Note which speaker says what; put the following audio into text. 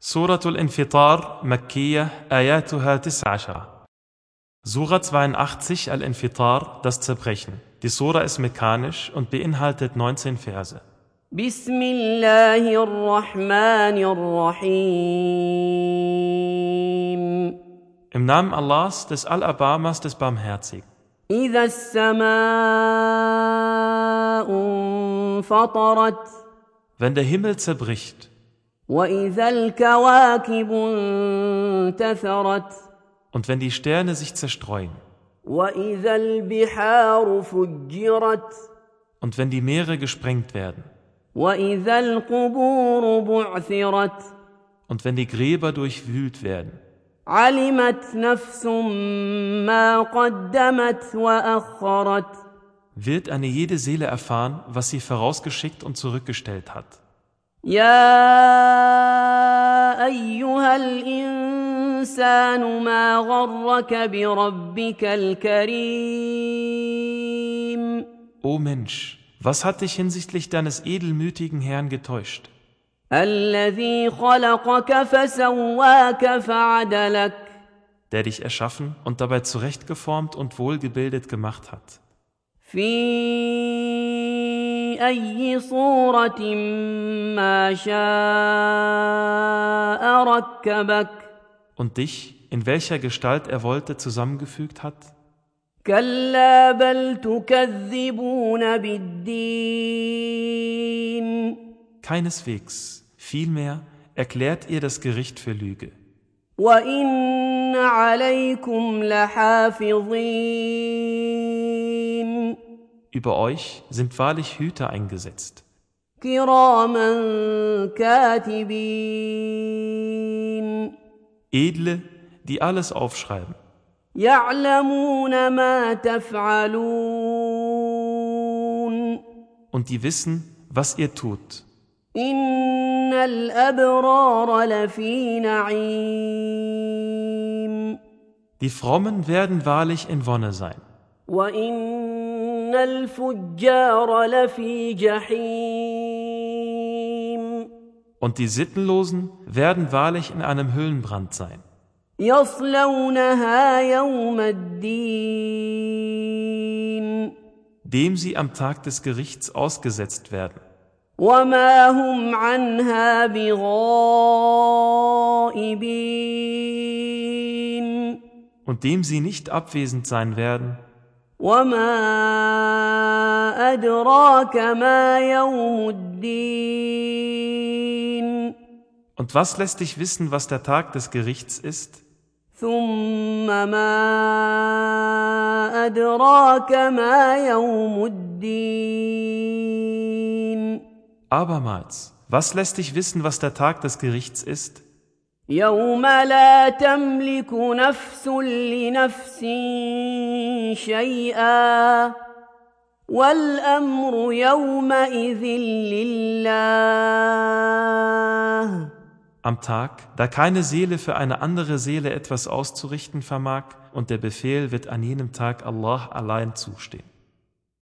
Speaker 1: سورة الانفطار مكية آياتها 19 Sura 82 Al-Infitar, das Zerbrechen. Die Sura ist mekanisch und beinhaltet 19 Verse.
Speaker 2: بسم الله الرحمن الرحيم
Speaker 1: Im Namen Allahs, des Alabamas, des Barmherzigen.
Speaker 2: إذا السماء انفطرت
Speaker 1: Wenn der Himmel zerbricht
Speaker 2: وإذا الكواكب انتثرت
Speaker 1: und wenn die Sterne sich zerstreuen
Speaker 2: وإذا البحار فجرت
Speaker 1: und wenn die Meere gesprengt werden
Speaker 2: وإذا القبور بعثرت
Speaker 1: und wenn die Gräber durchwühlt werden,
Speaker 2: علمت نفس ما قدمت وأخرت
Speaker 1: wird eine jede Seele erfahren, was sie vorausgeschickt und zurückgestellt hat.
Speaker 2: يا ايها الانسان ما غرك بربك الكريم
Speaker 1: O Mensch, was hat dich hinsichtlich deines edelmütigen Herrn getäuscht?
Speaker 2: الذي خلقك فسواك فعدلك
Speaker 1: der dich erschaffen und dabei zurechtgeformt und wohlgebildet gemacht hat.
Speaker 2: في اي صوره ما شاء ركبك
Speaker 1: Und dich, in welcher Gestalt er wollte, zusammengefügt hat?
Speaker 2: كلا بل تكذبون بالدين
Speaker 1: Keineswegs. Vielmehr erklärt ihr das Gericht für Lüge.
Speaker 2: وإن عليكم لحافظين
Speaker 1: Über euch sind wahrlich Hüter eingesetzt,
Speaker 2: كراما كاتبين
Speaker 1: Edle, die alles aufschreiben.
Speaker 2: يعلمون ما تفعلون
Speaker 1: Und die wissen, was ihr tut.
Speaker 2: إن الأبرار لفي نعيم
Speaker 1: Die Frommen werden wahrlich in Wonne sein.
Speaker 2: وإن الفجار لفي جحيم
Speaker 1: Und die Sittenlosen werden wahrlich in einem Höllenbrand sein.
Speaker 2: يصلونها يوم الدين
Speaker 1: Dem sie am Tag des Gerichts ausgesetzt werden.
Speaker 2: وما هم عنها بغائبين
Speaker 1: und dem sie nicht abwesend sein werden,
Speaker 2: وما أدراك ما يوم الدين
Speaker 1: und was lässt dich wissen, was der Tag des Gerichts ist,
Speaker 2: ثم ما أدراك ما يوم الدين
Speaker 1: abermals, was lässt dich wissen, was der Tag des Gerichts ist,
Speaker 2: يوم لا تملك نفس لنفس شيئا والأمر يومئذ لله
Speaker 1: am Tag, da keine Seele für eine andere Seele etwas auszurichten vermag, und der Befehl wird an jenem Tag Allah allein zustehen.